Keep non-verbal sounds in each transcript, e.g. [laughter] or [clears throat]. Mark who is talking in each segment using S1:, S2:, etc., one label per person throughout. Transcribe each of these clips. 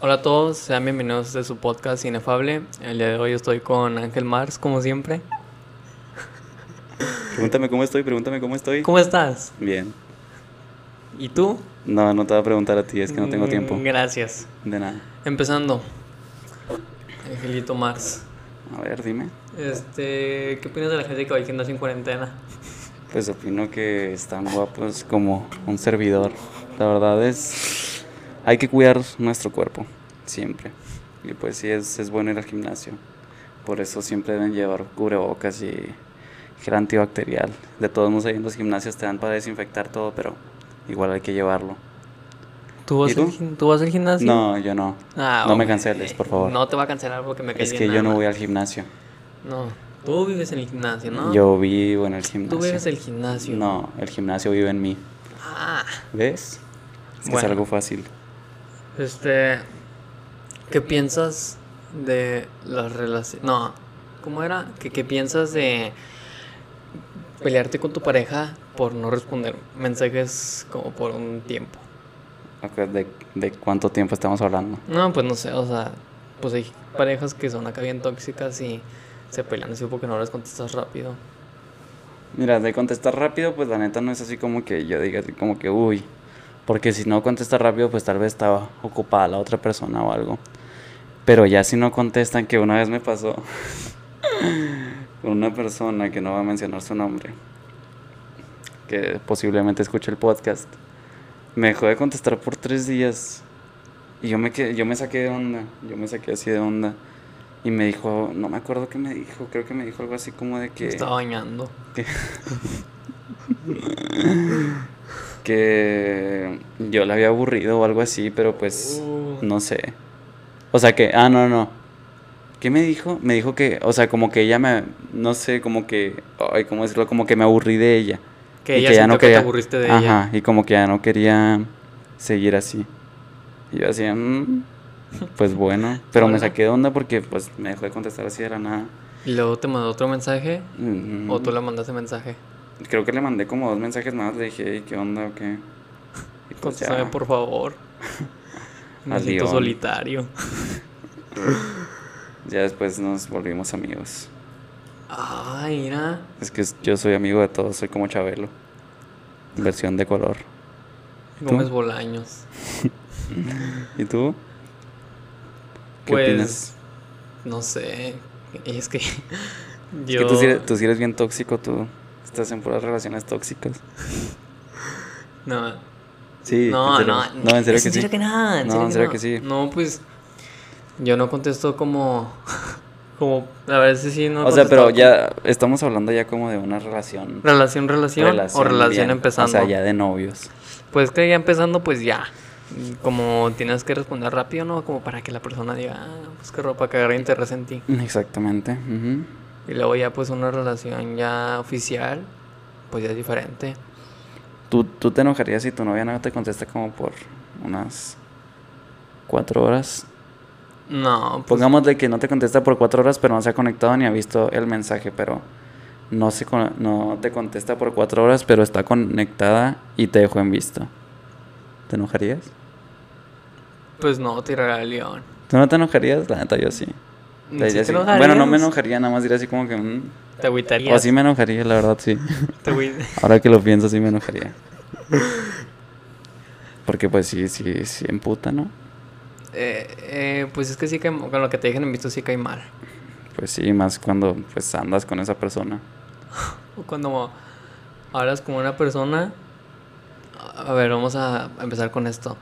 S1: Hola a todos, sean bienvenidos a su podcast Inefable. El día de hoy estoy con Ángel Mars, como siempre.
S2: Pregúntame cómo estoy, pregúntame cómo estoy.
S1: ¿Cómo estás?
S2: Bien.
S1: ¿Y tú?
S2: No, no te voy a preguntar a ti, es que no tengo tiempo.
S1: Mm, Gracias.
S2: De nada.
S1: Empezando. Angelito Mars.
S2: A ver, dime.
S1: Este, ¿qué opinas de la gente que va al gimnasio en cuarentena?
S2: Pues opino que están guapos como un servidor. La verdad es, hay que cuidar nuestro cuerpo, siempre. Y pues sí, es, es bueno ir al gimnasio. Por eso siempre deben llevar cubrebocas y gel antibacterial. De todos modos, ahí en los gimnasios te dan para desinfectar todo, pero igual hay que llevarlo.
S1: ¿Tú vas,
S2: ¿Y tú?
S1: Al, gim- ¿tú vas al gimnasio?
S2: No, yo no.
S1: Ah,
S2: no me
S1: ok.
S2: canceles, por favor.
S1: No te va a cancelar porque me caes
S2: es
S1: bien
S2: que
S1: nada
S2: yo no
S1: más.
S2: voy al gimnasio.
S1: No, tú vives en el gimnasio, ¿no?
S2: Yo vivo en el gimnasio.
S1: Tú vives el gimnasio.
S2: No, el gimnasio vive en mí.
S1: Ah,
S2: ¿Ves? Es que
S1: Bueno.
S2: es algo fácil.
S1: este. ¿Qué piensas de las relaciones? No, ¿cómo era? ¿Qué, ¿Qué piensas de pelearte con tu pareja por no responder mensajes como por un tiempo?
S2: Ok, ¿De, de cuánto tiempo estamos hablando?
S1: No, pues no sé, o sea, pues hay parejas que son acá bien tóxicas y se pelean así porque no les contestas rápido.
S2: Mira, de contestar rápido, pues la neta no es así como que yo diga así como que, uy, porque si no contesta rápido, pues tal vez estaba ocupada la otra persona o algo. Pero ya si no contestan, que una vez me pasó [laughs] con una persona que no va a mencionar su nombre, que posiblemente escuche el podcast, me dejó de contestar por tres días. Y yo me, quedé- yo me saqué de onda, yo me saqué así de onda. Y me dijo, no me acuerdo qué me dijo, creo que me dijo algo así como de que...
S1: Me estaba bañando.
S2: que yo la había aburrido o algo así, pero pues
S1: Uh.
S2: no sé. O sea que, ah, no, no. ¿Qué me dijo? Me dijo que, o sea, como que ella me, no sé, como que, ay, ¿cómo decirlo? Como que me aburrí de ella.
S1: Que
S2: Y
S1: ella
S2: que ya
S1: sintió
S2: no
S1: que te
S2: quería-
S1: aburriste de ella.
S2: Ajá, y como que ya no quería seguir así. Y yo así, mm, pues bueno, pero me
S1: Bueno.
S2: saqué de onda porque pues me dejó de contestar así de la nada.
S1: Y luego te mandó otro mensaje
S2: Mm,
S1: o tú le mandaste mensaje.
S2: Creo que le mandé como dos mensajes más, le dije, "Ey, ¿qué onda o qué? Y pues ya.
S1: Contéstame, por
S2: [laughs]
S1: favor. Me
S2: Al
S1: siento
S2: guión.
S1: solitario.
S2: Ya después nos volvimos amigos.
S1: Ay, mira.
S2: Es que yo soy amigo de todos, soy como Chabelo. Versión de color. ¿Tú?
S1: Gómez Bolaños.
S2: ¿Y tú? ¿Qué
S1: Pues,
S2: opinas?
S1: No sé. Es
S2: [laughs]
S1: que.
S2: Es
S1: Yo.
S2: que tú sí, eres, tú sí eres bien tóxico, tú estás en puras relaciones tóxicas.
S1: No,
S2: Sí, en
S1: no,
S2: serio.
S1: no.
S2: No, en serio
S1: es
S2: que sí.
S1: nada. En
S2: No,
S1: serio,
S2: en serio
S1: no.
S2: que sí.
S1: No, pues. Yo no contesto como. [laughs] Como. La verdad es que sí, no. pues, he
S2: o sea, pero
S1: contestado
S2: ya estamos hablando ya como de una relación.
S1: como Relación, relación. o relación
S2: bien,
S1: empezando.
S2: O sea, ya de novios.
S1: Pues que ya empezando, pues ya. Como tienes que responder rápido, ¿no? Como para que la persona diga, ah, pues qué ropa que agarre interés en ti.
S2: Exactamente. ujú.
S1: Y luego ya, pues una relación ya oficial, pues ya es diferente.
S2: ¿Tú, ¿Tú te enojarías si tu novia no te contesta como por unas cuatro horas?
S1: No, pues.
S2: Pongámosle que no te contesta por cuatro horas, pero no se ha conectado ni ha visto el mensaje, pero no, se con- no te contesta por cuatro horas, pero está conectada y te dejó en vista. ¿Te enojarías?
S1: Pues no, tirar al león.
S2: ¿Tú no te enojarías? La neta, yo sí. Te
S1: Sí
S2: diría
S1: te
S2: así- Bueno, no me
S1: enojarías.
S2: enojaría, nada más diría así como que... mm,
S1: Te
S2: O
S1: agüitarías.
S2: así me enojaría, la verdad, sí.
S1: Te agüi-
S2: Ahora que lo pienso, sí me enojaría. Porque pues sí, sí, sí emputa, ¿no?
S1: [laughs] Eh, eh, pues es que sí que con lo que te dejan en visto sí cae mal.
S2: Pues sí, más cuando pues andas con esa persona.
S1: O Cuando hablas con una persona. A ver, vamos a empezar con esto.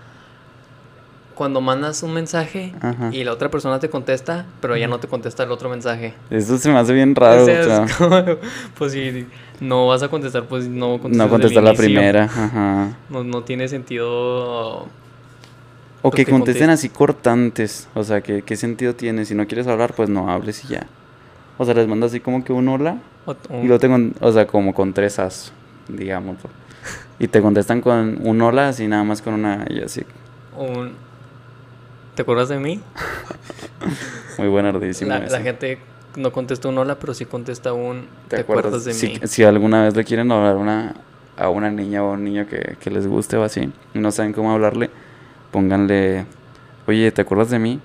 S1: Cuando mandas un mensaje
S2: Ajá.
S1: y la otra persona te contesta, pero ya no te contesta el otro mensaje.
S2: Eso se me hace bien raro.
S1: O sea,
S2: o
S1: es [laughs]
S2: sea.
S1: como, pues si no vas a contestar, pues no contestas.
S2: No
S1: desde
S2: contestar
S1: el
S2: la
S1: inicio.
S2: primera, ajá.
S1: [laughs] No, no tiene sentido.
S2: O
S1: Pues
S2: que
S1: que
S2: contesten
S1: conteste.
S2: así cortantes. O sea, que, ¿qué sentido tiene? Si no quieres hablar, pues no hables y ya. O sea, les manda así como que un hola.
S1: o- o-
S2: Y lo tengo, o sea, como con tres as, digamos. Y te contestan con un hola, así nada más con una. Y así,
S1: o un- ¿Te acuerdas de mí?
S2: muy buenardísimo.
S1: la, la
S2: eso.
S1: gente no contesta un hola, pero sí contesta un ¿te, acuerdas de
S2: si,
S1: mí?
S2: si alguna vez le quieren hablar una, a una niña o a un niño que, que les guste o así, y no saben cómo hablarle, pónganle oye, ¿te acuerdas de mí?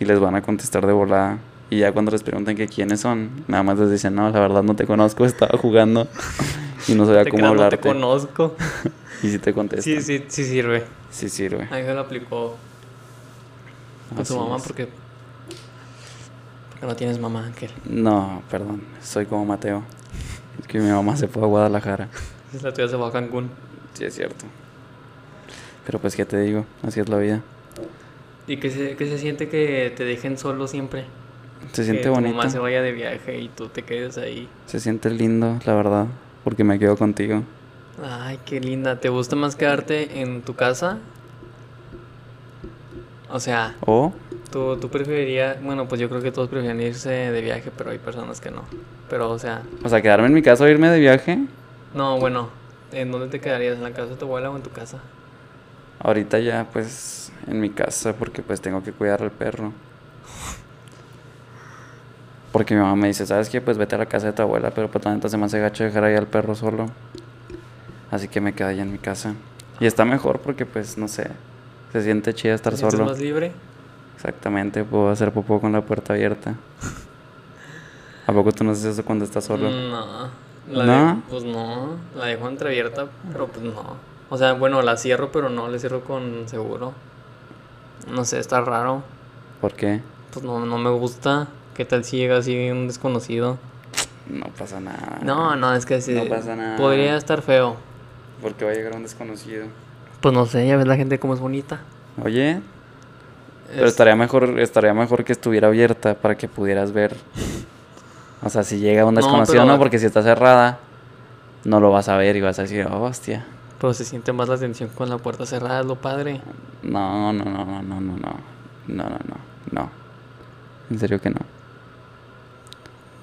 S2: Y les van a contestar de volada. Y ya cuando les preguntan que quiénes son, nada más les dicen, no, la verdad no te conozco, [laughs] estaba jugando y no sabía
S1: Te
S2: cómo
S1: creas, no
S2: hablarte.
S1: te conozco.
S2: Y si te contestan.
S1: Sí, sí, sí sirve.
S2: Sí sirve.
S1: A mí me lo aplicó con
S2: Así
S1: su mamá
S2: es.
S1: porque. Porque no tienes mamá, Ángel.
S2: No, perdón, soy como Mateo. Es que mi mamá se fue a Guadalajara.
S1: Es la tuya se va a Cancún.
S2: Sí, es cierto. Pero pues, ¿qué te digo? Así es la vida.
S1: ¿Y que se, que se siente que te dejen solo siempre?
S2: Se
S1: que
S2: siente
S1: tu
S2: bonito.
S1: mamá se vaya de viaje y tú te quedes ahí.
S2: Se siente lindo, la verdad, porque me quedo contigo.
S1: Ay, qué linda. ¿Te gusta más quedarte en tu casa? O sea,
S2: O
S1: tú, tú preferirías. Bueno, pues yo creo que todos prefieren irse de viaje, pero hay personas que no. Pero, o sea,
S2: O sea, quedarme en mi casa o irme de viaje.
S1: no, bueno, ¿en dónde te quedarías? ¿En la casa de tu abuela o en tu casa?
S2: Ahorita ya, pues, en mi casa, porque pues tengo que cuidar al perro. Porque mi mamá me dice, ¿sabes qué? Pues vete a la casa de tu abuela, pero pues la neta se me hace gacho dejar ahí al perro solo. Así que me quedo allá en mi casa. Y está mejor porque, pues, no sé, se siente chida estar
S1: ¿Te sientes
S2: solo.
S1: más libre?
S2: Exactamente, puedo hacer popó con la puerta abierta. ¿A poco tú no haces eso cuando estás solo?
S1: Mm. No. La
S2: ¿No?
S1: de- pues no, la dejo entreabierta, pero pues no. O sea, bueno, la cierro, pero no, le cierro con seguro. No sé, está raro.
S2: ¿Por qué?
S1: Pues no, no me gusta. ¿Qué tal si llega así un desconocido?
S2: No pasa nada.
S1: No, Ah, no, es que sí.
S2: No pasa nada.
S1: Podría estar feo.
S2: Porque va a llegar un desconocido.
S1: Pues no sé, ya ves la gente como es bonita.
S2: Oye, pero
S1: Es-
S2: estaría mejor, estaría mejor que estuviera abierta para que pudieras ver. O sea, si llega un
S1: No,
S2: desconocido,
S1: pero-
S2: no, porque si está cerrada, no lo vas a ver y vas a decir, oh, hostia.
S1: Pero se siente más la tensión con la puerta cerrada, es lo padre.
S2: No, no, no, no, no, no, no. No, no, no, no. En serio que no.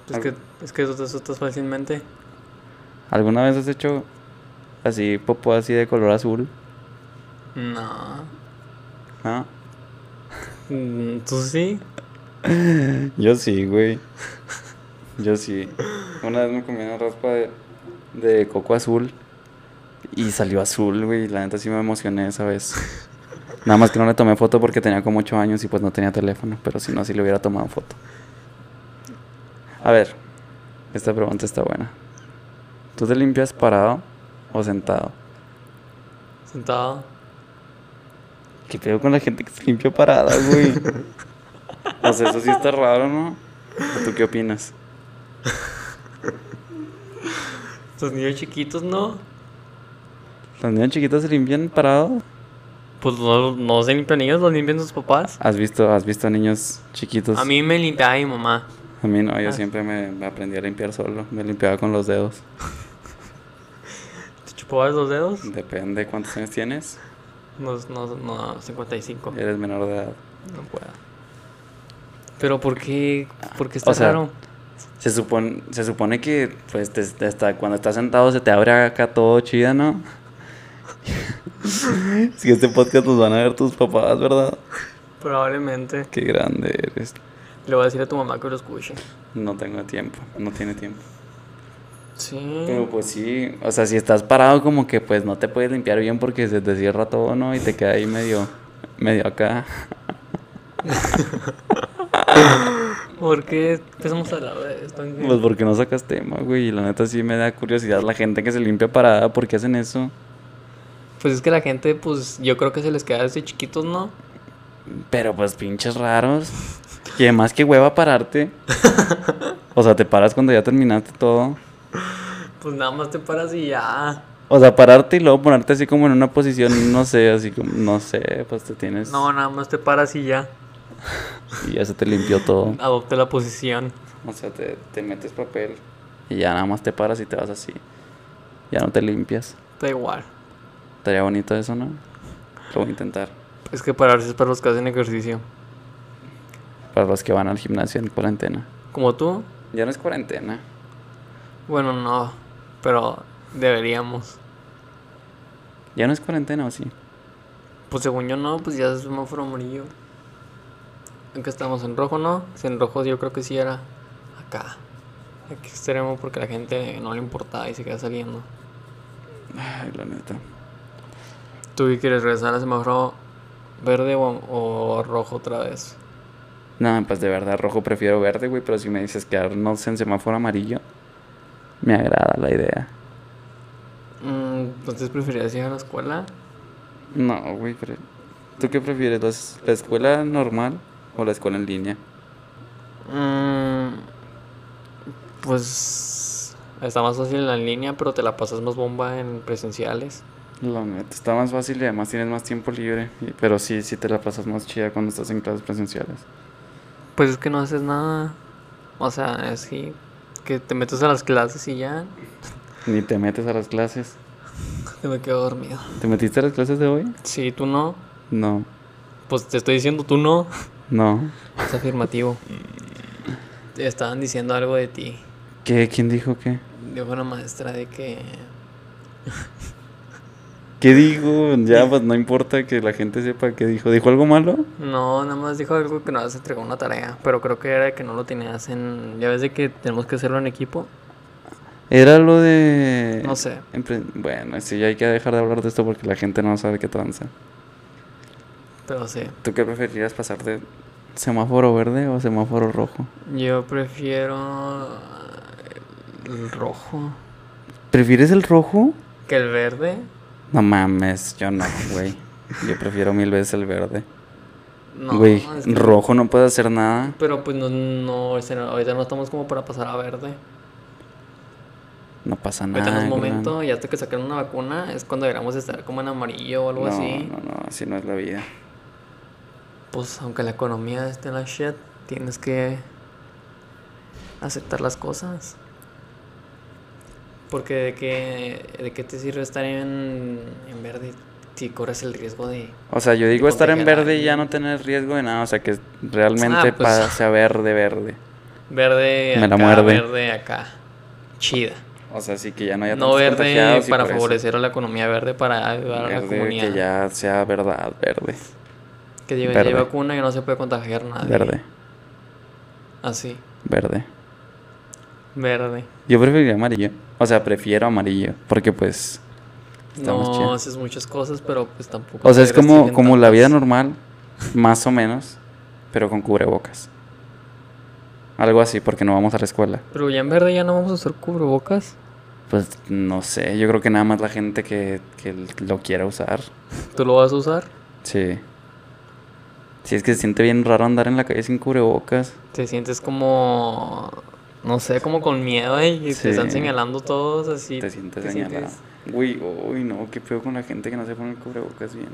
S1: Es que, es que eso te asustas fácilmente.
S2: ¿Alguna vez has hecho así popó así de color azul?
S1: No.
S2: ¿Ah?
S1: Mm, ¿Tú sí?
S2: Yo sí, güey. Yo sí. Una vez me comí una raspa de, de coco azul y salió azul, güey. La neta sí me emocioné esa vez. Nada más que no le tomé foto porque tenía como 8 años y pues no tenía teléfono, pero si no, sí le hubiera tomado foto. A ver, esta pregunta está buena. ¿Tú te limpias parado o sentado?
S1: Sentado.
S2: ¿Qué pedo con la gente que se limpia parada, güey? o sea, eso sí está raro, ¿no? ¿O ¿Tú qué opinas?
S1: Los niños chiquitos, ¿no?
S2: ¿Los niños chiquitos se limpian parado?
S1: Pues no, no se limpian ellos, los limpian sus papás.
S2: ¿Has visto, has visto niños chiquitos?
S1: A mí me limpiaba mi mamá.
S2: A mí no, yo
S1: Ah.
S2: siempre me, me aprendí a limpiar solo. Me limpiaba con los dedos.
S1: ¿Te chupabas los dedos?
S2: Depende cuántos años tienes.
S1: No, no, no, 55.
S2: Eres menor de edad.
S1: No puedo. Pero ¿por qué? ¿Por qué está
S2: O sea,
S1: raro?
S2: Se supone, se supone que pues te- te está- cuando estás sentado se te abre acá todo chida, ¿no? [laughs] si este podcast nos van a ver tus papás, ¿verdad?
S1: Probablemente.
S2: Qué grande eres.
S1: Le voy a decir a tu mamá que lo escuche.
S2: No tengo tiempo, no tiene tiempo.
S1: Sí.
S2: Pero pues sí, o sea, si estás parado como que pues no te puedes limpiar bien porque se te cierra todo, ¿no? Y te queda ahí medio, medio acá. [laughs]
S1: ¿Por qué empezamos a hablar de esto?
S2: Pues porque no sacas tema, güey. Y la neta sí me da curiosidad la gente que se limpia parada, ¿por qué hacen eso?
S1: Pues es que la gente, pues yo creo que se les queda desde chiquitos, ¿no?
S2: Pero pues pinches raros. Y además que
S1: [laughs]
S2: hueva pararte. O sea, te paras cuando ya terminaste todo.
S1: Pues nada más te paras y ya.
S2: O sea, pararte y luego ponerte así como en una posición, no sé, así como, no sé, pues te tienes...
S1: No, nada más te paras y ya.
S2: Y ya se te limpió todo.
S1: Adopta la posición.
S2: O sea, te, te metes papel y ya nada más te paras y te vas así. Ya no te limpias.
S1: Da igual.
S2: Estaría bonito eso, ¿no? Lo voy a intentar.
S1: Es que pararse es para los que hacen ejercicio.
S2: Para los que van al gimnasio en cuarentena.
S1: Como tú.
S2: Ya no es cuarentena.
S1: Bueno, no. Pero deberíamos.
S2: Ya no es cuarentena, ¿o sí?
S1: Pues según yo no, pues ya es semáforo amarillo. Aunque estamos en rojo, ¿no? Si en rojo yo creo que sí era acá. Aquí extremo porque la gente no le importaba y se queda saliendo.
S2: Ay, la neta.
S1: ¿Tú qué quieres regresar al semáforo ¿Verde o, o rojo otra vez?
S2: No, pues de verdad rojo prefiero verde, güey, pero si me dices quedarnos en semáforo amarillo, me agrada la idea.
S1: Mm, Entonces preferirías ir a la escuela.
S2: No, güey, pero... ¿Tú qué prefieres? ¿Las- ¿La escuela normal o la escuela en línea?
S1: Mm, pues está más fácil en la línea, pero te la pasas más bomba en presenciales.
S2: La neta, está más fácil y además tienes más tiempo libre. y- Pero sí, sí te la pasas más chida cuando estás en clases presenciales.
S1: Pues es que no haces nada. O sea, así que te metes a las clases y ya [laughs]
S2: Ni te metes a las clases.
S1: te me quedo dormido.
S2: ¿Te metiste a las clases de hoy?
S1: Sí, tú no.
S2: No,
S1: Pues te estoy diciendo tú no. [laughs]
S2: no.
S1: Es afirmativo. Te Estaban diciendo algo de ti.
S2: ¿Qué? ¿Quién dijo qué?
S1: Dijo la maestra de que.
S2: ¿Qué dijo? Ya, pues no importa que la gente sepa qué dijo. ¿Dijo algo malo?
S1: No, nada más dijo algo que no has entregado una tarea. Pero creo que era de que no lo tenías en. Ya ves de que tenemos que hacerlo en equipo.
S2: Era lo de...
S1: No sé.
S2: Empre- Bueno, sí, hay que dejar de hablar de esto porque la gente no sabe qué tranza.
S1: Pero sí.
S2: ¿Tú qué preferirías pasar de semáforo verde o semáforo rojo?
S1: Yo prefiero. El rojo.
S2: ¿Prefieres el rojo?
S1: Que el verde.
S2: No mames, yo no, güey. Yo prefiero mil veces el verde.
S1: No.
S2: Güey,
S1: es que-
S2: rojo no puede hacer nada.
S1: Pero pues no, no, o sea, ahorita no estamos como para pasar a verde.
S2: No pasa
S1: Ahorita
S2: nada.
S1: no es
S2: güey.
S1: momento, y hasta que saquen una vacuna es cuando deberíamos estar como en amarillo o algo
S2: No,
S1: así.
S2: no, no, así no es la vida.
S1: Pues aunque la economía esté en la shit, tienes que aceptar las cosas. Porque de qué, de qué te sirve estar en, en verde si corres el riesgo de...
S2: O sea, yo digo
S1: Te
S2: estar en
S1: contagiará,
S2: verde y ya
S1: ¿no?
S2: no tener riesgo de nada. O sea, que realmente
S1: Ah, pues.
S2: pase a verde, verde.
S1: Verde
S2: Me la
S1: acá,
S2: muerde.
S1: verde acá. Chida.
S2: O sea, sí que ya no haya
S1: No
S2: tantos
S1: verde
S2: contagiados y
S1: para
S2: por eso
S1: favorecer a la economía verde, para ayudar a la
S2: verde
S1: comunidad.
S2: Que ya sea verdad, verde.
S1: Que lleve,
S2: Verde.
S1: lleve vacuna y no se puede contagiar nadie.
S2: Verde,
S1: Así,
S2: verde.
S1: verde.
S2: Yo preferiría amarillo. O sea, prefiero amarillo. Porque pues. Está más chido.
S1: no haces muchas cosas, pero pues tampoco.
S2: O sea, es
S1: te restringen
S2: como, como la vida
S1: tantas.
S2: normal, más o menos, pero con cubrebocas. Algo así, porque no vamos a la escuela.
S1: Pero ya en verde ya no vamos a usar cubrebocas.
S2: Pues no sé, yo creo que nada más la gente que, que lo quiera usar.
S1: ¿Tú lo vas a usar?
S2: Sí. Sí, es que se siente bien raro andar en la calle sin cubrebocas.
S1: Te sientes como. No sé, como con miedo ¿eh? y
S2: Sí.
S1: te están señalando todos así.
S2: te sientes señalado. Uy, uy, no, qué peor con la gente que no se pone el cubrebocas bien.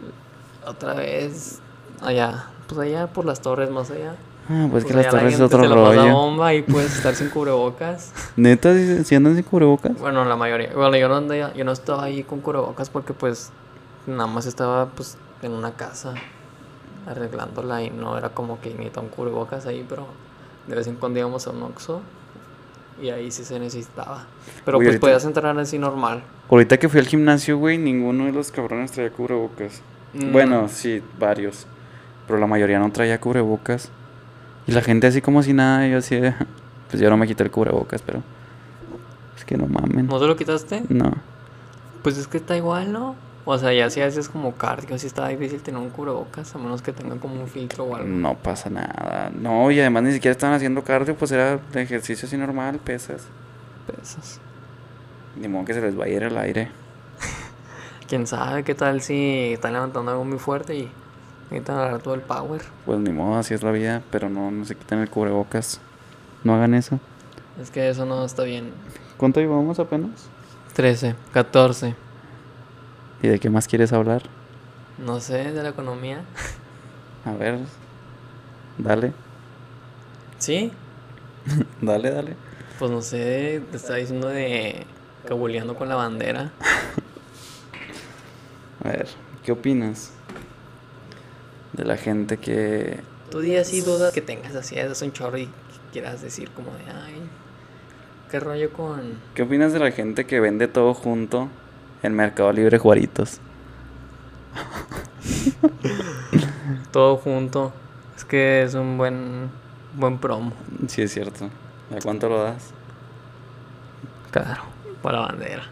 S1: Otra vez. Allá. Pues allá por las torres, más allá.
S2: Ah, pues, que
S1: Pues allá
S2: las
S1: la
S2: torres es
S1: gente
S2: otro
S1: se la pasa
S2: rollo.
S1: bomba y puedes estar sin cubrebocas.
S2: Neta, si, andan sin cubrebocas.
S1: Bueno, la mayoría. Bueno, yo no andaba- yo no estaba ahí con cubrebocas porque pues nada más estaba pues en una casa arreglándola y no era como que necesitaba un cubrebocas ahí, pero de vez en cuando íbamos a un Oxxo y ahí sí se necesitaba. Pero
S2: Uy,
S1: pues
S2: ahorita-
S1: podías entrar así normal.
S2: Ahorita que fui al gimnasio, güey, ninguno de los cabrones traía cubrebocas.
S1: Mm.
S2: Bueno, sí, varios. Pero la mayoría no traía cubrebocas. Y la gente así como si nada, y yo así de, [laughs] Pues yo no me quité el cubrebocas, pero... Es que no mamen.
S1: ¿No te lo quitaste?
S2: No.
S1: Pues es que está igual, ¿no? O sea, ya si haces como cardio, si está difícil tener un cubrebocas, a menos que tenga como un filtro o algo.
S2: No pasa nada. No, y además ni siquiera estaban haciendo cardio, pues era de ejercicio así normal, pesas.
S1: Pesas.
S2: Ni modo que se les va a ir el aire.
S1: Quién sabe qué tal si están levantando algo muy fuerte y necesitan agarrar todo el power.
S2: Pues ni modo, así es la vida, pero no, no se quiten el cubrebocas. No hagan eso.
S1: Es que eso no está bien.
S2: ¿Cuánto llevamos apenas?
S1: 13, 14.
S2: ¿Y de qué más quieres hablar?
S1: No sé, de la economía.
S2: A ver. Dale.
S1: [laughs] ¿Sí?
S2: Dale, dale.
S1: Pues no sé, te estaba diciendo de cabuleando con la bandera.
S2: A ver, ¿qué opinas? De la gente que...
S1: Tú di así dudas que tengas así, es un chorro y que quieras decir como de, ay, qué rollo con...
S2: ¿Qué opinas de la gente que vende todo junto en Mercado Libre Juaritos?
S1: Todo junto. Es que es un buen, buen promo.
S2: Sí, es cierto. ¿A cuánto lo das?
S1: Claro, para la bandera.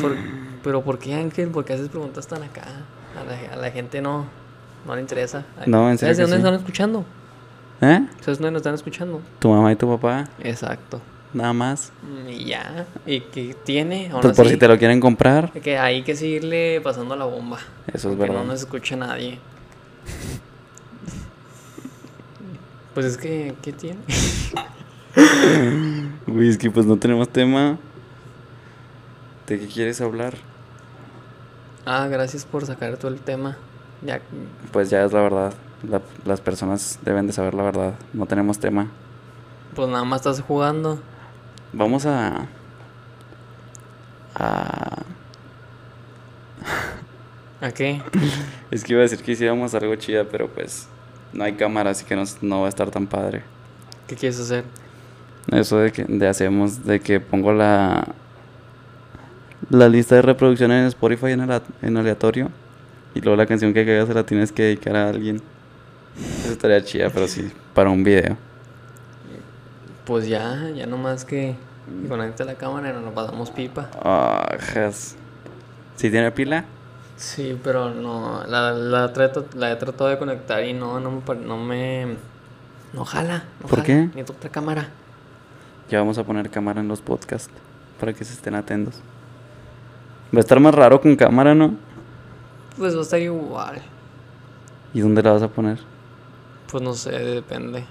S1: Por- Pero ¿por qué, Ángel? ¿Por qué haces preguntas tan acá? A la, a la gente no, no le interesa.
S2: No, en
S1: ¿Sabes de
S2: serio que
S1: dónde están
S2: sí.
S1: escuchando?
S2: ¿Eh?
S1: ¿Sabes dónde nos están escuchando?
S2: Tu mamá y tu papá,
S1: Exacto.
S2: nada más.
S1: Mm, Y ya. ¿Y qué tiene? Aún
S2: Pues por
S1: así,
S2: si te lo quieren comprar,
S1: Que hay que seguirle pasando la bomba.
S2: eso es
S1: Que no
S2: verdad.
S1: nos escucha nadie. Pues es que, ¿qué tiene?
S2: Güey, es que pues no tenemos tema. ¿De qué quieres hablar?
S1: Ah, gracias por sacar todo el tema. Ya,
S2: Pues ya es la verdad. La- las personas deben de saber la verdad. No tenemos tema.
S1: pues nada más estás jugando.
S2: Vamos a. A.
S1: ¿A qué?
S2: Es que iba a decir que hiciéramos algo chida, pero pues. No hay cámara, así que no, no va a estar tan padre.
S1: ¿Qué quieres hacer?
S2: Eso de que de hacemos, de que pongo la. La lista de reproducción en Spotify en, ala- en aleatorio. Y luego la canción que caiga se la tienes que dedicar a alguien. Eso estaría chida, pero sí, para un video.
S1: Pues ya, ya nomás que que conecte la cámara y nos lo pasamos pipa.
S2: Ah, jas. ¿Sí tiene pila?
S1: Sí, pero no, la, la, trato- la he tratado de conectar y no, no me... pare- No, me, no jala. no
S2: ¿Por
S1: jala,
S2: qué?
S1: Ni tu otra cámara.
S2: Ya vamos a poner cámara en los podcasts para que se estén atentos. Va a estar más raro con cámara, ¿no?
S1: Pues va a estar igual.
S2: ¿Y dónde la vas a poner?
S1: Pues no sé, depende.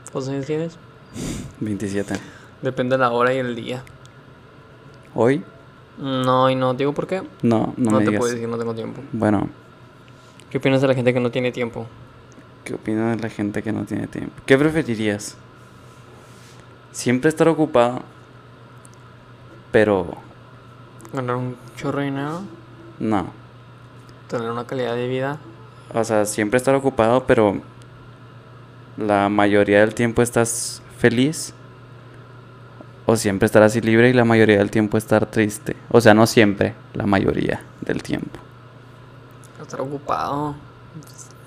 S1: Pues, ¿Cuántos años tienes?
S2: 27.
S1: Depende de la hora y el día.
S2: ¿Hoy?
S1: No, y no, digo por qué.
S2: No, no,
S1: No,
S2: me
S1: te
S2: digas.
S1: puedo decir, no tengo tiempo.
S2: Bueno,
S1: ¿Qué opinas de la gente que no tiene tiempo?
S2: ¿qué opina de la gente que no tiene tiempo? ¿Qué preferirías? Siempre estar ocupado, pero
S1: ¿Ganar un chorro de dinero?
S2: no.
S1: ¿Tener una calidad de vida?
S2: O sea, siempre estar ocupado, pero la mayoría del tiempo estás feliz. O siempre estar así libre y la mayoría del tiempo estar triste. O sea, no siempre, la mayoría del tiempo.
S1: Estar ocupado.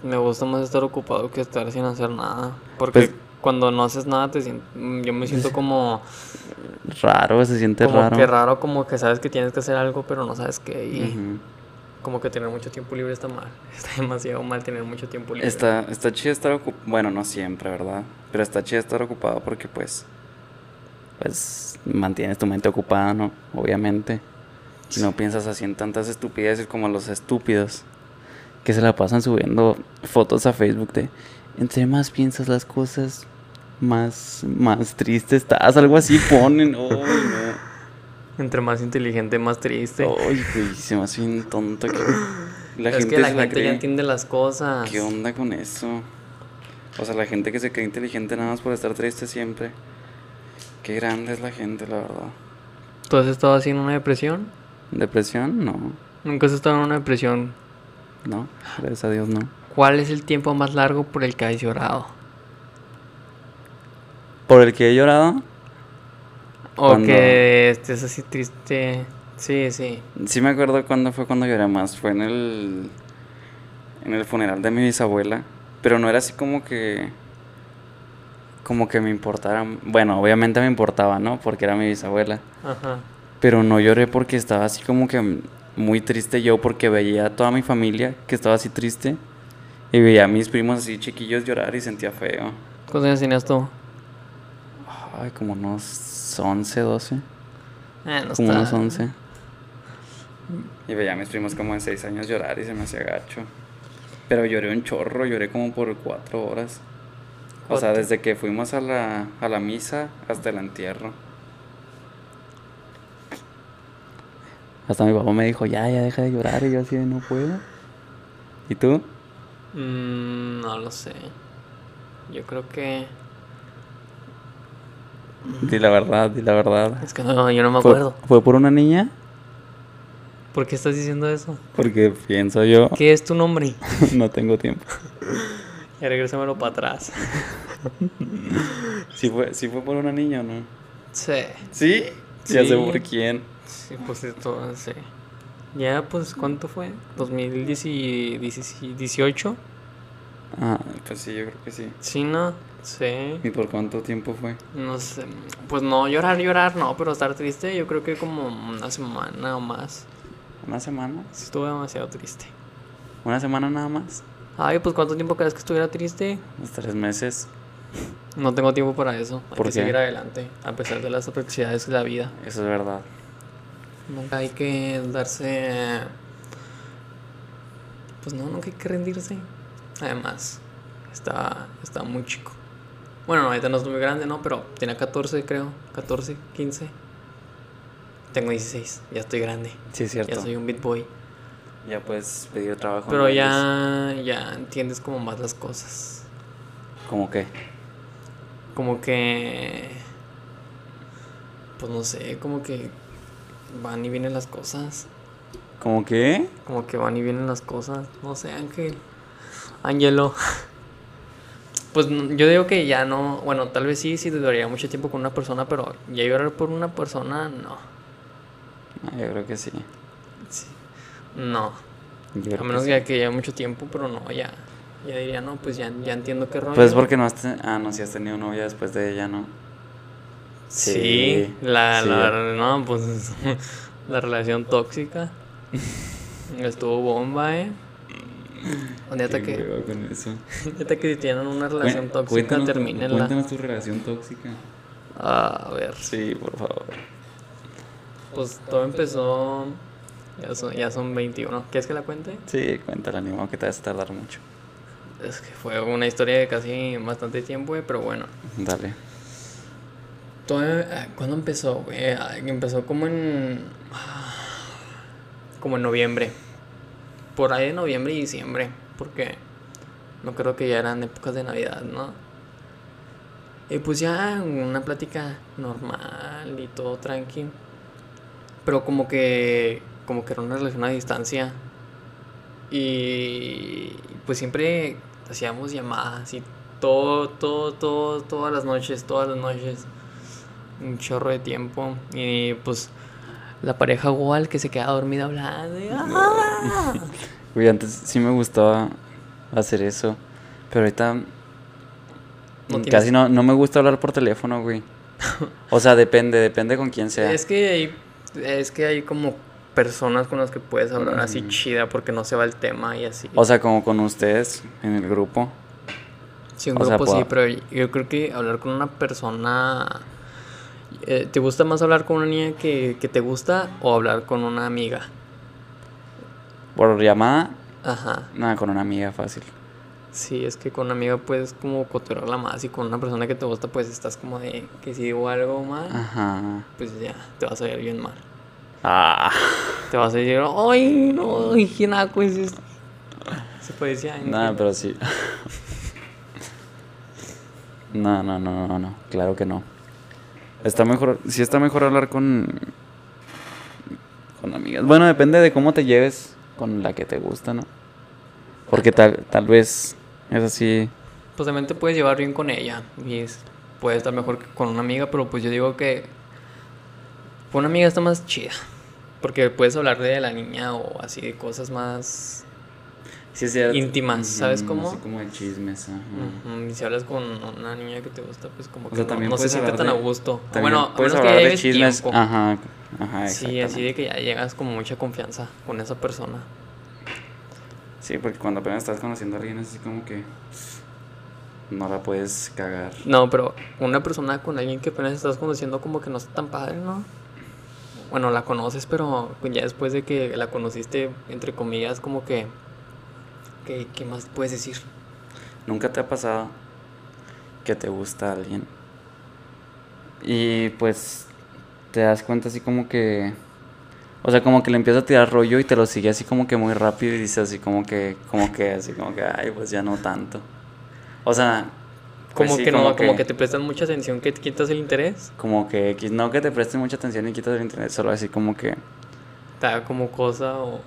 S1: Me gusta más estar ocupado que estar sin hacer nada. Porque
S2: Pues-
S1: cuando no haces nada, te sien- mm, yo me
S2: [laughs]
S1: siento como,
S2: Raro, se siente
S1: como
S2: raro.
S1: que raro, como que sabes que tienes que hacer algo, pero no sabes qué. Y
S2: Ujú.
S1: como que tener mucho tiempo libre está mal. [laughs] Está demasiado mal tener mucho tiempo libre.
S2: Está, está chido estar ocupado. Bueno, no siempre, ¿verdad? Pero está chido estar ocupado porque pues... Pues mantienes tu mente ocupada, ¿no? Obviamente. Y no piensas así en tantas estupideces como los estúpidos. Que se la pasan subiendo fotos a Facebook de... Entre más piensas las cosas, más, más triste estás. Algo así
S1: [laughs]
S2: ponen. ¡Ay, no!
S1: Entre más inteligente, más triste.
S2: ¡Ay, güey! Se me hace bien tonto que... Oh, La
S1: es
S2: gente
S1: que la
S2: se
S1: gente
S2: cree.
S1: ya entiende las cosas.
S2: ¿Qué onda con eso? O sea, la gente que se cree inteligente nada más por estar triste siempre. Qué grande es la gente, la verdad.
S1: ¿Tú has estado así en una depresión?
S2: ¿Depresión? No.
S1: Nunca has estado en una depresión.
S2: No. Gracias a Dios, no.
S1: ¿Cuál es el tiempo más largo por el que has llorado?
S2: ¿Por el que he llorado?
S1: O
S2: Cuando-
S1: que estés así triste. Sí, sí.
S2: Sí me acuerdo cuándo fue cuando lloré más. Fue en el... En el funeral de mi bisabuela. Pero no era así como que... Como que me importara... Bueno, obviamente me importaba, ¿no? Porque era mi bisabuela.
S1: Ajá.
S2: Pero no lloré porque estaba así como que muy triste yo porque veía a toda mi familia que estaba así triste y veía a mis primos así chiquillos llorar y sentía feo.
S1: ¿Cuántos años tenías tú?
S2: Ay, como unos 11, 12.
S1: Eh, no
S2: Como
S1: está-
S2: unos 11. Y veía a mis primos como de 6 años llorar y se me hacía gacho. Pero lloré un chorro, lloré como por 4 horas. O sea,
S1: Cuatro.
S2: desde que fuimos a la, a la misa hasta el entierro. Hasta mi papá me dijo, ya, ya deja de llorar. Y yo así, de, no puedo. ¿Y tú?
S1: Mm, no lo sé. Yo creo que.
S2: Di la verdad, di la verdad.
S1: Es que no, yo no me
S2: ¿Fue-
S1: acuerdo.
S2: ¿Fue, por una niña?
S1: ¿Por qué estás diciendo eso?
S2: Porque pienso yo,
S1: ¿Qué es tu nombre?
S2: [laughs] no tengo tiempo.
S1: Ya regrésamelo para atrás.
S2: ¿Sí fue, ¿Sí fue por una niña o no?
S1: Sí.
S2: ¿Sí? Ya sé
S1: Sí.
S2: por quién.
S1: Sí, pues esto, sí. Ya, pues, ¿cuánto fue? ¿2018?
S2: Ah, Pues sí, yo creo que sí.
S1: Sí, ¿no? Sí.
S2: ¿Y por cuánto tiempo fue?
S1: No sé. Pues no, llorar, llorar, no, pero estar triste, yo creo que como una semana o más.
S2: ¿Una semana?
S1: Sí, Estuve demasiado triste.
S2: ¿Una semana nada más?
S1: Ay, pues ¿cuánto tiempo crees que estuviera triste?
S2: ¿Unos tres meses?
S1: No tengo tiempo para eso. Hay
S2: ¿Por
S1: que
S2: qué?
S1: seguir adelante, a pesar de las adversidades de la vida.
S2: Eso es verdad.
S1: Nunca hay que darse. Pues no, nunca hay que rendirse. Además, está, está muy chico. Bueno, no, ahorita no es muy grande, ¿no? Pero tenía 14, creo. 14, 15. Tengo 16, ya estoy grande.
S2: Sí, es cierto.
S1: Ya
S2: Ya,
S1: soy un beat boy.
S2: puedes pedir trabajo.
S1: Pero
S2: en bares.
S1: ya, ya entiendes como más las cosas.
S2: ¿Cómo qué?
S1: Como que. Pues no sé, como que van y vienen las cosas.
S2: ¿Cómo qué?
S1: Como que van y vienen las cosas. No sé, Ángel. Ángelo. [laughs] Pues n- yo digo que ya no. Bueno, tal vez sí, sí te duraría mucho tiempo con una persona, pero ya llorar por una persona, no.
S2: Ah, yo creo que sí.
S1: Sí. No.
S2: Yo creo
S1: A
S2: que
S1: menos
S2: pues sí.
S1: que, que ya mucho tiempo, pero no, ya. Ya diría, no, pues ya, ya entiendo qué rollo.
S2: Pues porque no has, te- ah, no, si has tenido novia después de ella, ¿no?
S1: Sí,
S2: Sí,
S1: la,
S2: sí.
S1: la, no, pues [laughs] la relación tóxica. Estuvo bomba, eh. Un día te
S2: Qué
S1: que,
S2: hueva con eso.
S1: un día te que tienen una relación
S2: Cuen-
S1: tóxica,
S2: cuéntanos tu-
S1: termínenla.
S2: Cuéntanos tu relación tóxica.
S1: Ah, a ver,
S2: Sí, por favor.
S1: pues todo empezó. Ya son, ya son 21. ¿Quieres que la cuente?
S2: Sí, cuéntala, ni modo que te vas a tardar mucho.
S1: Es que fue una historia de casi bastante tiempo, güey, pero bueno.
S2: Dale.
S1: Todo, ah, ¿Cuándo empezó, güey? Ah, Empezó como en. Como en noviembre. Por ahí de noviembre y diciembre. Porque no creo que ya eran épocas de Navidad, ¿no? Y pues ya una plática normal y todo tranqui. Pero como que. Como que era una relación a distancia. Y. Pues siempre hacíamos llamadas y todo, todo, todo, todas las noches, todas las noches un chorro de tiempo y pues la pareja igual que se queda dormida hablando y,
S2: [laughs]
S1: ¡ah!
S2: Güey, antes sí me gustaba hacer eso, pero ahorita
S1: tienes-
S2: casi no, no me gusta hablar por teléfono, güey. O sea, depende, depende con quién
S1: [laughs]
S2: sea.
S1: es que hay es que hay como personas con las que puedes hablar así chida porque no se va el tema y así
S2: Mm. O sea, como con ustedes en el grupo.
S1: sí un
S2: o sea,
S1: grupo sí
S2: puedo-
S1: pero yo creo que hablar con una persona eh, te gusta más hablar con una niña que, que te gusta o hablar con una amiga
S2: Por llamada,
S1: ajá
S2: nada, con una amiga fácil.
S1: Sí, es que con una amiga puedes como cotorrearla más y con una persona que te gusta pues estás como de que si digo algo más
S2: Ajá.
S1: pues ya, te vas a ir bien mal.
S2: Ah,
S1: Te vas a decir, ay, no, ay, qué naco es esto. Se parecía a Ángel.
S2: nada, pero sí. No, no, no, no, no, claro que no. Está mejor, sí está mejor hablar con con amigas. Bueno, depende de cómo te lleves con la que te gusta, ¿no? Porque tal tal vez es así.
S1: Pues también te puedes llevar bien con ella. Y es- puede estar mejor que con una amiga, pero pues yo digo que con una amiga está más chida. Porque puedes hablar de la niña o así de cosas más.
S2: Sí,
S1: Íntimas, ¿sabes cómo?
S2: Así como de chismes. ajá.
S1: Ujú, mm, Y si hablas con una niña que te gusta, pues como
S2: O
S1: que
S2: sea,
S1: no-
S2: también
S1: no se
S2: puedes
S1: siente
S2: hablar
S1: tan a
S2: de-
S1: gusto.
S2: También
S1: Bueno, a menos
S2: puedes
S1: que
S2: hablar
S1: ya
S2: de
S1: lleves
S2: chismes,
S1: tiempo.
S2: Ajá, ajá,
S1: sí, así
S2: exactamente.
S1: de que ya llegas con mucha confianza con esa persona.
S2: Sí, porque cuando apenas estás conociendo a alguien es así como que no la puedes cagar.
S1: No, pero una persona con alguien que apenas estás conociendo como que no está tan padre, ¿no? Bueno, la conoces, pero ya después de que la conociste, entre comillas, como que... ¿Qué, qué más puedes decir?
S2: ¿Nunca te ha pasado que te gusta alguien? Y pues te das cuenta así como que... O sea, como que le empieza a tirar rollo y te lo sigue así como que muy rápido y dice así como que, como que, así como que, ay, pues ya no tanto. O sea, pues
S1: Como
S2: sí,
S1: que no, como que te prestan mucha atención, que te quitas el interés.
S2: Como que X, no que te presten mucha atención y quitas el internet, solo así como que...
S1: Te da como cosa o... o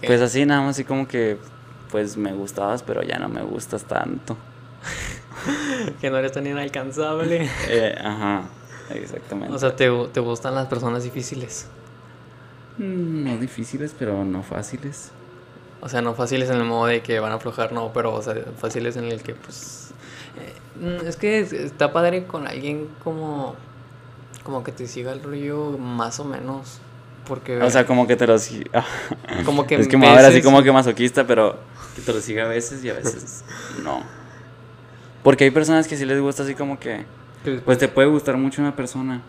S1: qué.
S2: Pues así, nada más así como que, pues me gustabas, pero ya no me gustas [laughs] tanto.
S1: [laughs] que no eres tan
S2: [laughs]
S1: inalcanzable.
S2: Eh, ajá, exactamente.
S1: o sea, te, te gustan las personas difíciles.
S2: Mm, No difíciles, pero no fáciles.
S1: O sea, no fáciles en el modo de que van a aflojar, no, pero o sea, fáciles en el que pues... eh, mm, es que es- está padre con alguien como... Como que te siga el rollo más o menos. Porque...
S2: O sea, como que te los... [laughs] ah,
S1: como que...
S2: es que me va a ver así
S1: veces-
S2: como que masoquista, pero que te lo siga a veces y a veces [laughs] no. Porque hay personas que sí les gusta así como que...
S1: que-
S2: Pues te puede gustar mucho una persona.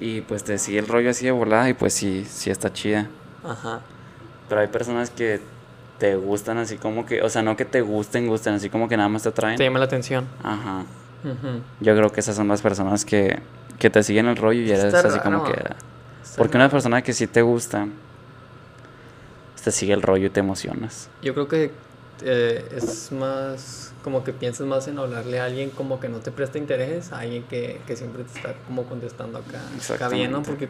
S2: Y pues te sigue el rollo así de volada y pues sí, sí está chida.
S1: Ajá.
S2: Pero hay personas que te gustan así como que... O sea, no que te gusten, gusten, así como que nada más te atraen.
S1: Te llama la atención.
S2: Ajá.
S1: Ujú.
S2: Yo creo que esas son las personas que, que te siguen el rollo y eres
S1: Está
S2: así como
S1: raro.
S2: que... Porque una persona que sí te gusta, te sigue el rollo y te emocionas.
S1: Yo creo que eh, es más como que piensas más en hablarle a alguien como que no te presta interés, a alguien que, que siempre te está como contestando acá, acá bien, ¿no?
S2: Exactamente.
S1: Porque,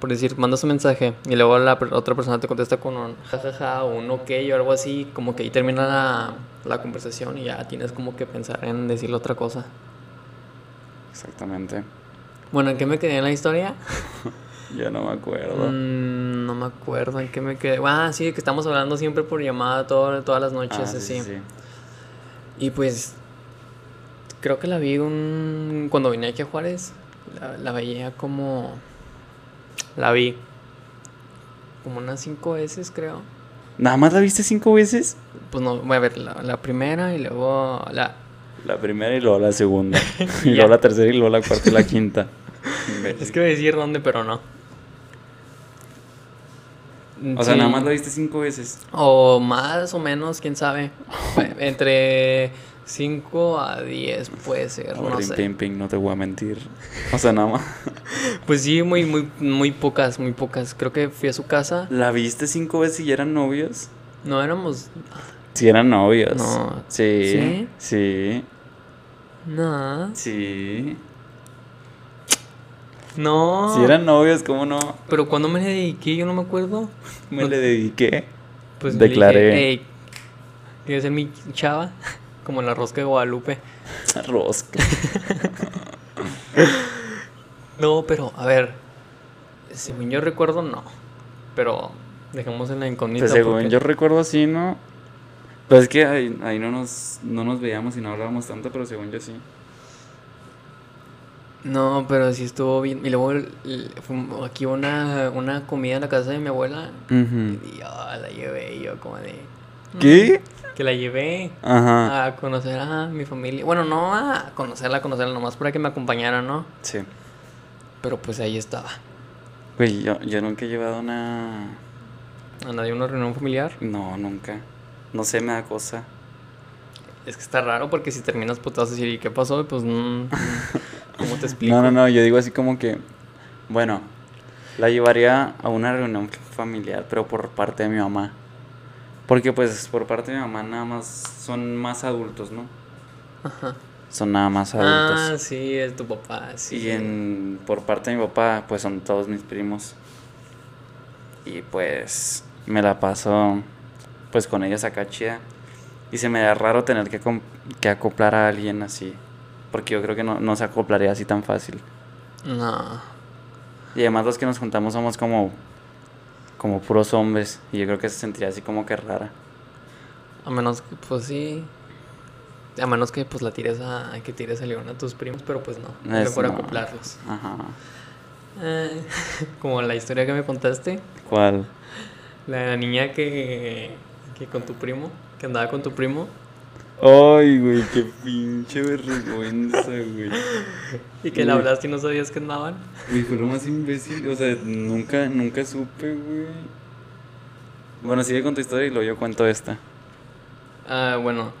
S1: por decir, mandas un mensaje y luego la per- otra persona te contesta con un jajaja o un ok o algo así, como que ahí termina la, la conversación y ya tienes como que pensar en decirle otra cosa.
S2: Exactamente.
S1: Bueno, ¿en qué me quedé en la historia?
S2: Ya no me acuerdo.
S1: Mm, no me acuerdo en qué me quedé. Ah, sí, que estamos hablando siempre por llamada todo- todas las noches,
S2: Ah, sí,
S1: así.
S2: sí, sí.
S1: Y pues creo que la vi un... cuando vine aquí a Juárez, la, la veía como... La vi como unas cinco veces, creo.
S2: ¿Nada más la viste cinco veces?
S1: Pues no, voy a ver la, la primera y luego la...
S2: La primera y luego la segunda. [laughs] y
S1: Ya.
S2: luego la tercera y luego la cuarta y la quinta.
S1: [laughs]
S2: Imbécil.
S1: Es que voy a decir dónde, pero no.
S2: O sea, nada
S1: Sí.
S2: más la viste cinco veces.
S1: O más o menos, quién sabe. [laughs] Entre 5 a 10 puede ser,
S2: Ahora,
S1: no
S2: pim,
S1: sé.
S2: pim, pim, no te voy a mentir. O sea, nada más.
S1: Pues sí, muy, muy, muy pocas, muy pocas. Creo que fui a su casa.
S2: ¿La viste cinco veces y ya eran novios?
S1: No éramos.
S2: Sí, eran novios.
S1: No.
S2: Sí.
S1: ¿Sí?
S2: Sí.
S1: No.
S2: Sí.
S1: No.
S2: Si eran novios, ¿cómo no?
S1: Pero cuando me le dediqué, yo no me acuerdo.
S2: Me
S1: No.
S2: le dediqué.
S1: Pues le
S2: Declaré.
S1: dije, "Ey, ¿quieres ser mi chava? [laughs] Como la rosca de Guadalupe.
S2: Rosca.
S1: No, pero, a ver. Según yo recuerdo, no. Pero dejemos en la incógnita.
S2: Pues según
S1: porque-
S2: yo recuerdo así, ¿no? Pues es que ahí, ahí no, nos, no nos veíamos y no hablábamos tanto, pero según yo sí.
S1: No, pero sí estuvo bien. Y luego el- el- fuimos aquí hubo una, una comida en la casa de mi abuela. Y yo la llevé, y yo como de...
S2: ¿Qué?
S1: Que la llevé
S2: Ajá.
S1: a conocer a mi familia. Bueno, no a conocerla, conocerla, nomás para que me acompañara, ¿no?
S2: Sí.
S1: Pero pues ahí estaba.
S2: Güey, yo, yo nunca he llevado una...
S1: A nadie una reunión familiar.
S2: No, nunca. No sé, me da cosa.
S1: Es que está raro porque si terminas, pues te vas a decir, ¿y qué pasó? Y Pues, mm, [laughs] mm, ¿cómo te explico?
S2: No, no, no, yo digo así como que... Bueno, la llevaría a una reunión familiar, pero por parte de mi mamá. Porque pues por parte de mi mamá nada más son más adultos, ¿no?
S1: Ajá.
S2: Son nada más adultos.
S1: Ah, sí, es tu papá, sí.
S2: Y en, por parte de mi papá, pues son todos mis primos. Y pues me la paso pues con ellos acá chida. Y se me da raro tener que, acom- que acoplar a alguien así. Porque yo creo que no, no se acoplaría así tan fácil.
S1: No.
S2: Y además los que nos juntamos somos como, como puros hombres. Y yo creo que se sentiría así como que rara.
S1: A menos que, pues sí. A menos que pues la tires a, a que tires a León a tus primos, pero pues no.
S2: Es-
S1: mejor
S2: no.
S1: acoplarlos.
S2: Ajá.
S1: Eh, [laughs] como la historia que me contaste,
S2: ¿Cuál?
S1: la de la niña que, que con tu primo, que andaba con tu primo,
S2: Ay, güey, qué pinche vergüenza, güey.
S1: y que le
S2: Uy.
S1: hablaste y no sabías que andaban.
S2: Güey, fue lo más imbécil. O sea, nunca, nunca supe, güey. Bueno, sigue con tu historia y luego yo cuento esta.
S1: Ah, bueno.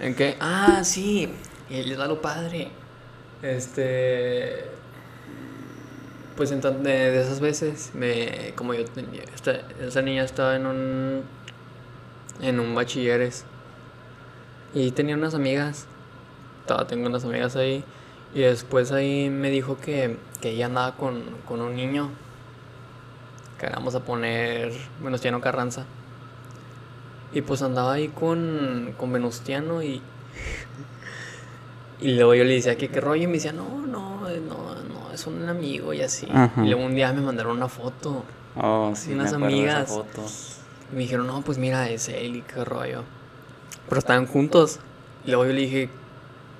S1: ¿En qué? Ah, sí. Él da lo padre. Este. Pues entonces, de, de esas veces, me, como yo tenía. Esta, esa niña estaba en un. En un bachilleres. Y tenía unas amigas. Estaba, tengo unas amigas ahí. Y después ahí me dijo que, que ella andaba con, con un niño. Que le vamos a poner Venustiano Carranza. Y pues andaba ahí con, con Venustiano y. Y luego yo le decía que qué rollo y me decía, no, no, eh, no, no, es un amigo y así.
S2: Ajá.
S1: Y luego un día me mandaron una foto.
S2: Oh, sí,
S1: Unas
S2: me acuerdo de esa
S1: amigas.
S2: foto.
S1: Y me dijeron, no, pues mira, es él y qué rollo. Pero estaban juntos. Y luego yo le dije,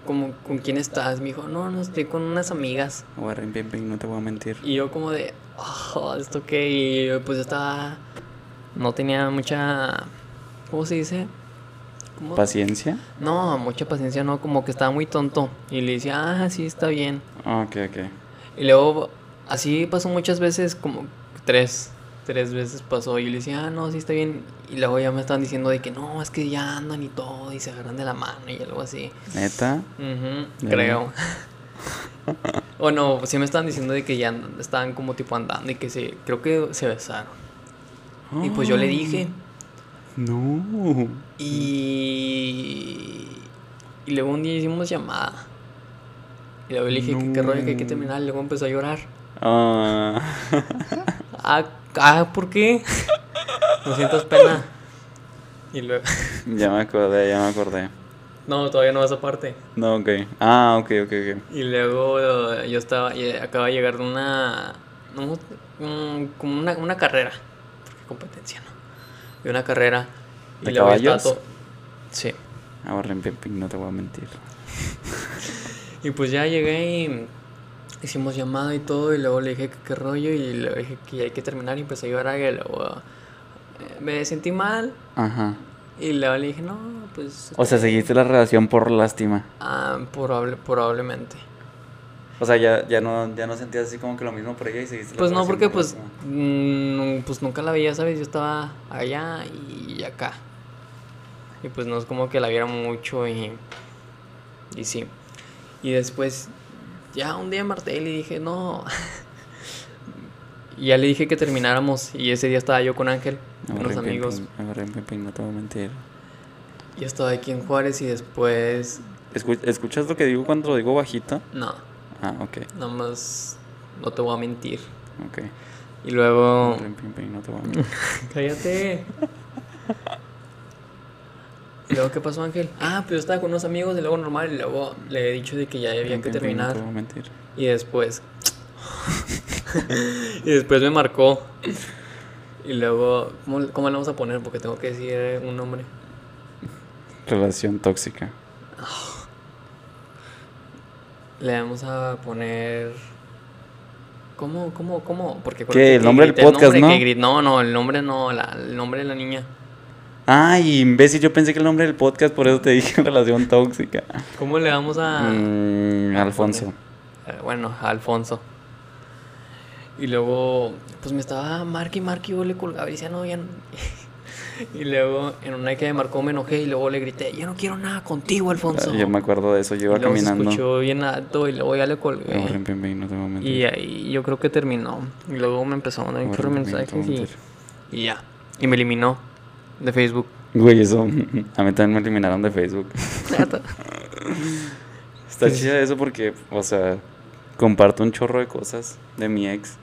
S1: como, ¿con quién estás? Me dijo, no, no, estoy con unas amigas.
S2: Güey, bien, bien, no te voy a mentir.
S1: Y yo como de, oh, ¿esto qué? Y pues yo estaba, no tenía mucha, ¿cómo se dice? ¿Cómo?
S2: ¿Paciencia?
S1: No, mucha paciencia no, como que estaba muy tonto. Y le decía, ah, sí, está bien.
S2: Ah, Ok, ok.
S1: Y luego, así pasó muchas veces, como tres, tres veces pasó. Y yo le decía, ah, no, sí está bien. Y luego ya me estaban diciendo de que no, es que ya andan y todo, y se agarran de la mano y algo así.
S2: ¿Neta?
S1: Ujú,
S2: Ya.
S1: creo. [laughs] o no, sí me estaban diciendo de que ya andan- estaban como tipo andando y que se, creo que se besaron. Y pues yo
S2: Ah.
S1: le dije,
S2: No.
S1: y. Y luego un día hicimos llamada. Y luego le dije que qué rollo que hay que terminar, y luego empezó a llorar.
S2: Ah. [laughs]
S1: Ah, ah, ¿por qué? [laughs] No sientas pena. Y luego.
S2: ya me acordé, ya me acordé.
S1: [laughs] No, todavía no vas a parte.
S2: No, ok. Ah, ok, ok, ok.
S1: Y luego eh, yo estaba. y Acaba de llegar de una. no, mm, como una, una carrera. Porque competencia, ¿no? De una carrera. y
S2: ¿De
S1: luego estaba
S2: caballos?
S1: todo- Sí.
S2: Ahora en Pimping no te voy a mentir.
S1: Y pues ya llegué y. Hicimos llamada y todo, y luego le dije que qué rollo, y le dije que ya hay que terminar, y empecé a llorar, y luego. eh, Me sentí mal,
S2: Ajá.
S1: y luego le dije, no, pues.
S2: O sea, seguiste la relación por lástima.
S1: Ah, probable- probablemente.
S2: O sea, ya, ya no, ya no sentías así como que lo mismo por ella y seguiste la
S1: Pues no,
S2: relación
S1: porque
S2: por
S1: pues,
S2: lástima.
S1: mm, pues nunca la veía, ¿sabes? Yo estaba allá y acá. Y pues no es como que la viera mucho y, y sí. Y después, ya un día marté y le dije, no. [laughs] y ya le dije que termináramos y ese día estaba yo con Ángel, con
S2: Ahora
S1: unos
S2: en Pimping-
S1: amigos.
S2: ahora en Pimping no te voy a mentir.
S1: Yo estaba aquí en Juárez y después,
S2: Escu- ¿Escuchas lo que digo cuando lo digo bajito?
S1: no,
S2: Ah, ok.
S1: nada más, no te voy a mentir.
S2: Ok.
S1: Y luego...
S2: Ahora en Pimping no te voy a mentir.
S1: Cállate. ¿Y luego qué pasó, Ángel? Ah, pues yo estaba con unos amigos y luego normal y luego le he dicho de que ya había
S2: En
S1: que
S2: Pimping No te
S1: terminar
S2: voy a mentir.
S1: y después [laughs] y después me marcó y luego ¿cómo, cómo le vamos a poner? Porque tengo que decir eh, un nombre.
S2: Relación tóxica.
S1: Le vamos a poner ¿Cómo, cómo, cómo? Porque
S2: ¿Qué?
S1: acuérdate
S2: El
S1: que
S2: nombre del
S1: grité el
S2: podcast,
S1: nombre,
S2: ¿no?
S1: que grit- no, no, el nombre no, la- el nombre de la niña.
S2: Ay, imbécil, yo pensé que el nombre del podcast, por eso te dije [laughs] relación tóxica.
S1: ¿Cómo le vamos a
S2: Mm, Alfonso.
S1: Eh, bueno, a Alfonso. Y luego, pues me estaba marque y marque y yo le colgaba y decía, no, ya no. [laughs] y luego, en una que me marcó, me enojé y luego le grité, yo no quiero nada contigo, Alfonso.
S2: Ah, Yo me acuerdo de eso, yo
S1: y
S2: iba
S1: luego se
S2: caminando.
S1: escuchó bien alto y luego ya le colgué.
S2: Ahora en Pimping no te voy a mentir.
S1: y ahí yo creo que terminó. Y luego me empezó a mandar un
S2: Ahora
S1: chorro de
S2: en Pimping no te voy a
S1: mensajes y,
S2: mentir.
S1: y ya. Y me eliminó de Facebook.
S2: Güey, eso. [laughs] A mí también me eliminaron de Facebook.
S1: Neta.
S2: [laughs] Está chido eso porque, o sea, comparto un chorro de cosas de mi ex.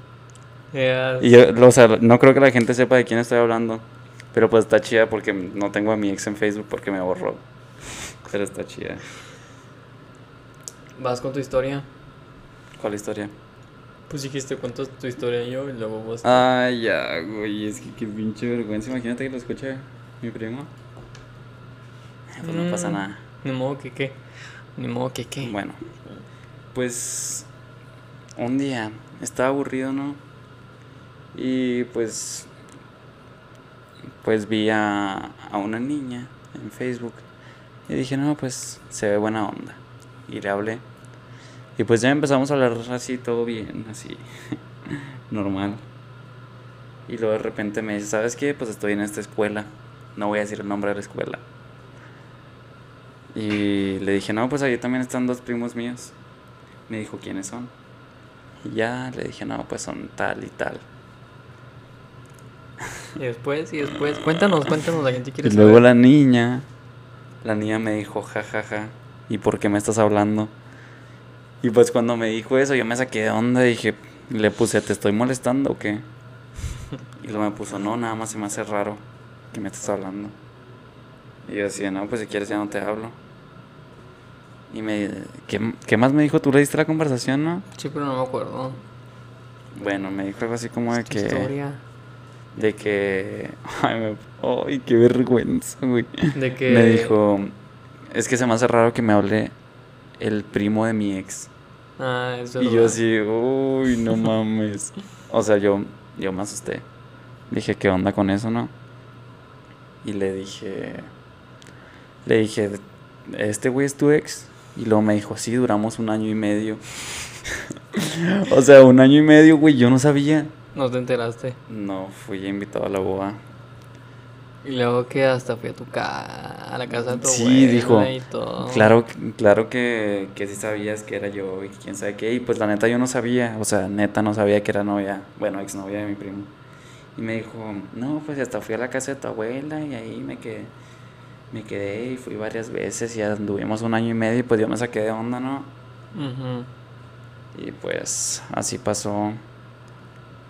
S1: Ya,
S2: Y yo, o sea, no creo que la gente sepa de quién estoy hablando. Pero pues está chida porque no tengo a mi ex en Facebook porque me borró. Pero está chida.
S1: Vas con tu historia.
S2: ¿Cuál historia?
S1: Pues dijiste, cuentas tu historia yo y luego vos.
S2: Ah. Ay, ya, güey, es que qué pinche vergüenza. Imagínate que lo escuche mi primo. Pues no pasa
S1: Mm.
S2: nada.
S1: Ni modo que qué. Ni modo que qué.
S2: Bueno, pues un día estaba aburrido, ¿no? Y pues pues vi a, a una niña en Facebook y dije, no, pues se ve buena onda. Y le hablé. Y pues ya empezamos a hablar así, todo bien, así, [laughs] normal. Y luego de repente me dice, ¿sabes qué? Pues estoy en esta escuela. No voy a decir el nombre de la escuela. Y le dije, no, pues ahí también están dos primos míos. Me dijo, ¿quiénes son? Y ya le dije, no, pues son tal y tal.
S1: Y después, y después. Cuéntanos, cuéntanos, la gente quiere
S2: Y luego
S1: saber.
S2: la niña, la niña me dijo, ja, ja, ja, ¿y por qué me estás hablando? Y pues cuando me dijo eso, yo me saqué de onda y dije, le puse, ¿te estoy molestando o qué? Y luego me puso, no, nada más se me hace raro que me estés hablando. Y yo decía, no, pues si quieres ya no te hablo. Y me, ¿qué, qué más me dijo? ¿Tú leíste la conversación, no?
S1: Sí, pero no me acuerdo.
S2: Bueno, me dijo algo así como de
S1: ¿Qué
S2: [laughs] que...
S1: historia?
S2: de que. [laughs] Ay, me- ay, qué vergüenza, güey.
S1: De que.
S2: Me dijo: Es que se me hace raro que me hable el primo de mi ex.
S1: Ah, es
S2: Y
S1: verdad.
S2: yo así, uy,
S1: [laughs]
S2: no mames. O sea, yo, yo me asusté. Dije, ¿qué onda con eso, no? Y le dije, le dije, ¿este güey es tu ex? Y luego me dijo, sí, duramos un año y medio. [laughs] o sea, un año y medio, güey, yo no sabía.
S1: No te enteraste.
S2: No, fui invitado a la boda.
S1: Y luego que hasta fui a tu casa, a la casa de tu
S2: Sí,
S1: abuela
S2: dijo,
S1: y todo.
S2: Claro, claro que, que sí sabías que era yo y quién sabe qué. Y pues la neta yo no sabía, o sea, neta no sabía que era novia, bueno, exnovia de mi primo. Y me dijo, no, pues hasta fui a la casa de tu abuela y ahí me quedé, me quedé y fui varias veces y anduvimos un año y medio y pues yo me saqué de onda, ¿no?
S1: Ujú.
S2: Y pues así pasó.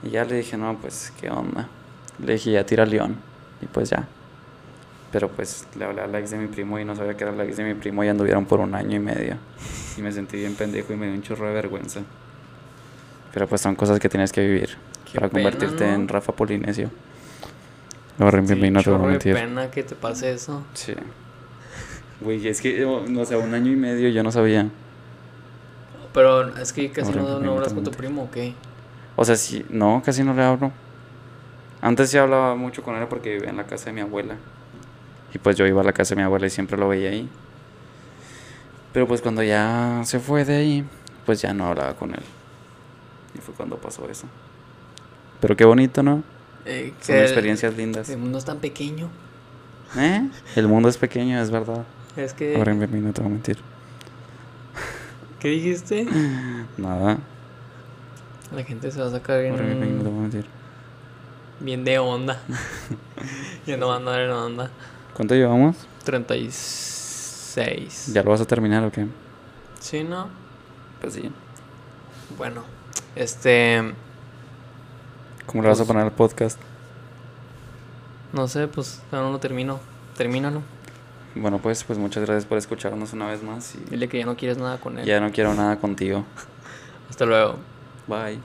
S2: Y ya le dije, no, pues qué onda. Le dije, ya tira León. Y pues ya. Pero pues le hablé a la ex de mi primo y no sabía que era la ex de mi primo y anduvieron por un año y medio. Y me sentí bien pendejo y me dio un chorro de vergüenza. Pero pues son cosas que tienes que vivir
S1: Qué
S2: para
S1: pena,
S2: convertirte
S1: ¿no?
S2: en Rafa Polinesio. No, Rin,
S1: Sí,
S2: Bin Bin, no te voy a
S1: chorro de
S2: mentir.
S1: pena que te pase eso.
S2: Sí. Güey, es que, o no, o sea, un año y medio yo no sabía.
S1: Pero es que casi
S2: Ahora
S1: no,
S2: me
S1: no hablas con tu
S2: preguntan.
S1: primo, ¿o qué?
S2: O sea, sí, no, casi no le hablo. Antes sí hablaba mucho con él porque vivía en la casa de mi abuela. Y pues yo iba a la casa de mi abuela y siempre lo veía ahí. Pero pues cuando ya se fue de ahí, pues ya no hablaba con él. Y fue cuando pasó eso. Pero qué bonito, ¿no?
S1: Eh, que
S2: Son
S1: el-
S2: experiencias lindas.
S1: El mundo es tan pequeño.
S2: ¿Eh? El mundo es pequeño, es verdad.
S1: Es que.
S2: Ahora en Berlín no te voy a mentir.
S1: ¿Qué
S2: [clears throat]
S1: dijiste?
S2: Nada.
S1: La gente se va a sacar
S2: Ahora en Berlín no te
S1: bien,
S2: voy a mentir.
S1: bien de onda. [laughs] ya no va a andar en onda.
S2: ¿Cuánto llevamos?
S1: 36.
S2: ¿Ya lo vas a terminar o qué?
S1: ¿Sí, no?
S2: Pues sí.
S1: Bueno, este.
S2: ¿Cómo le vas a
S1: Pues-
S2: poner al podcast?
S1: No sé, pues aún no lo termino. Termínalo.
S2: Bueno, pues, pues muchas gracias por escucharnos una vez más y
S1: Dile que ya no quieres nada con él.
S2: ya no quiero nada contigo.
S1: Hasta luego.
S2: Bye.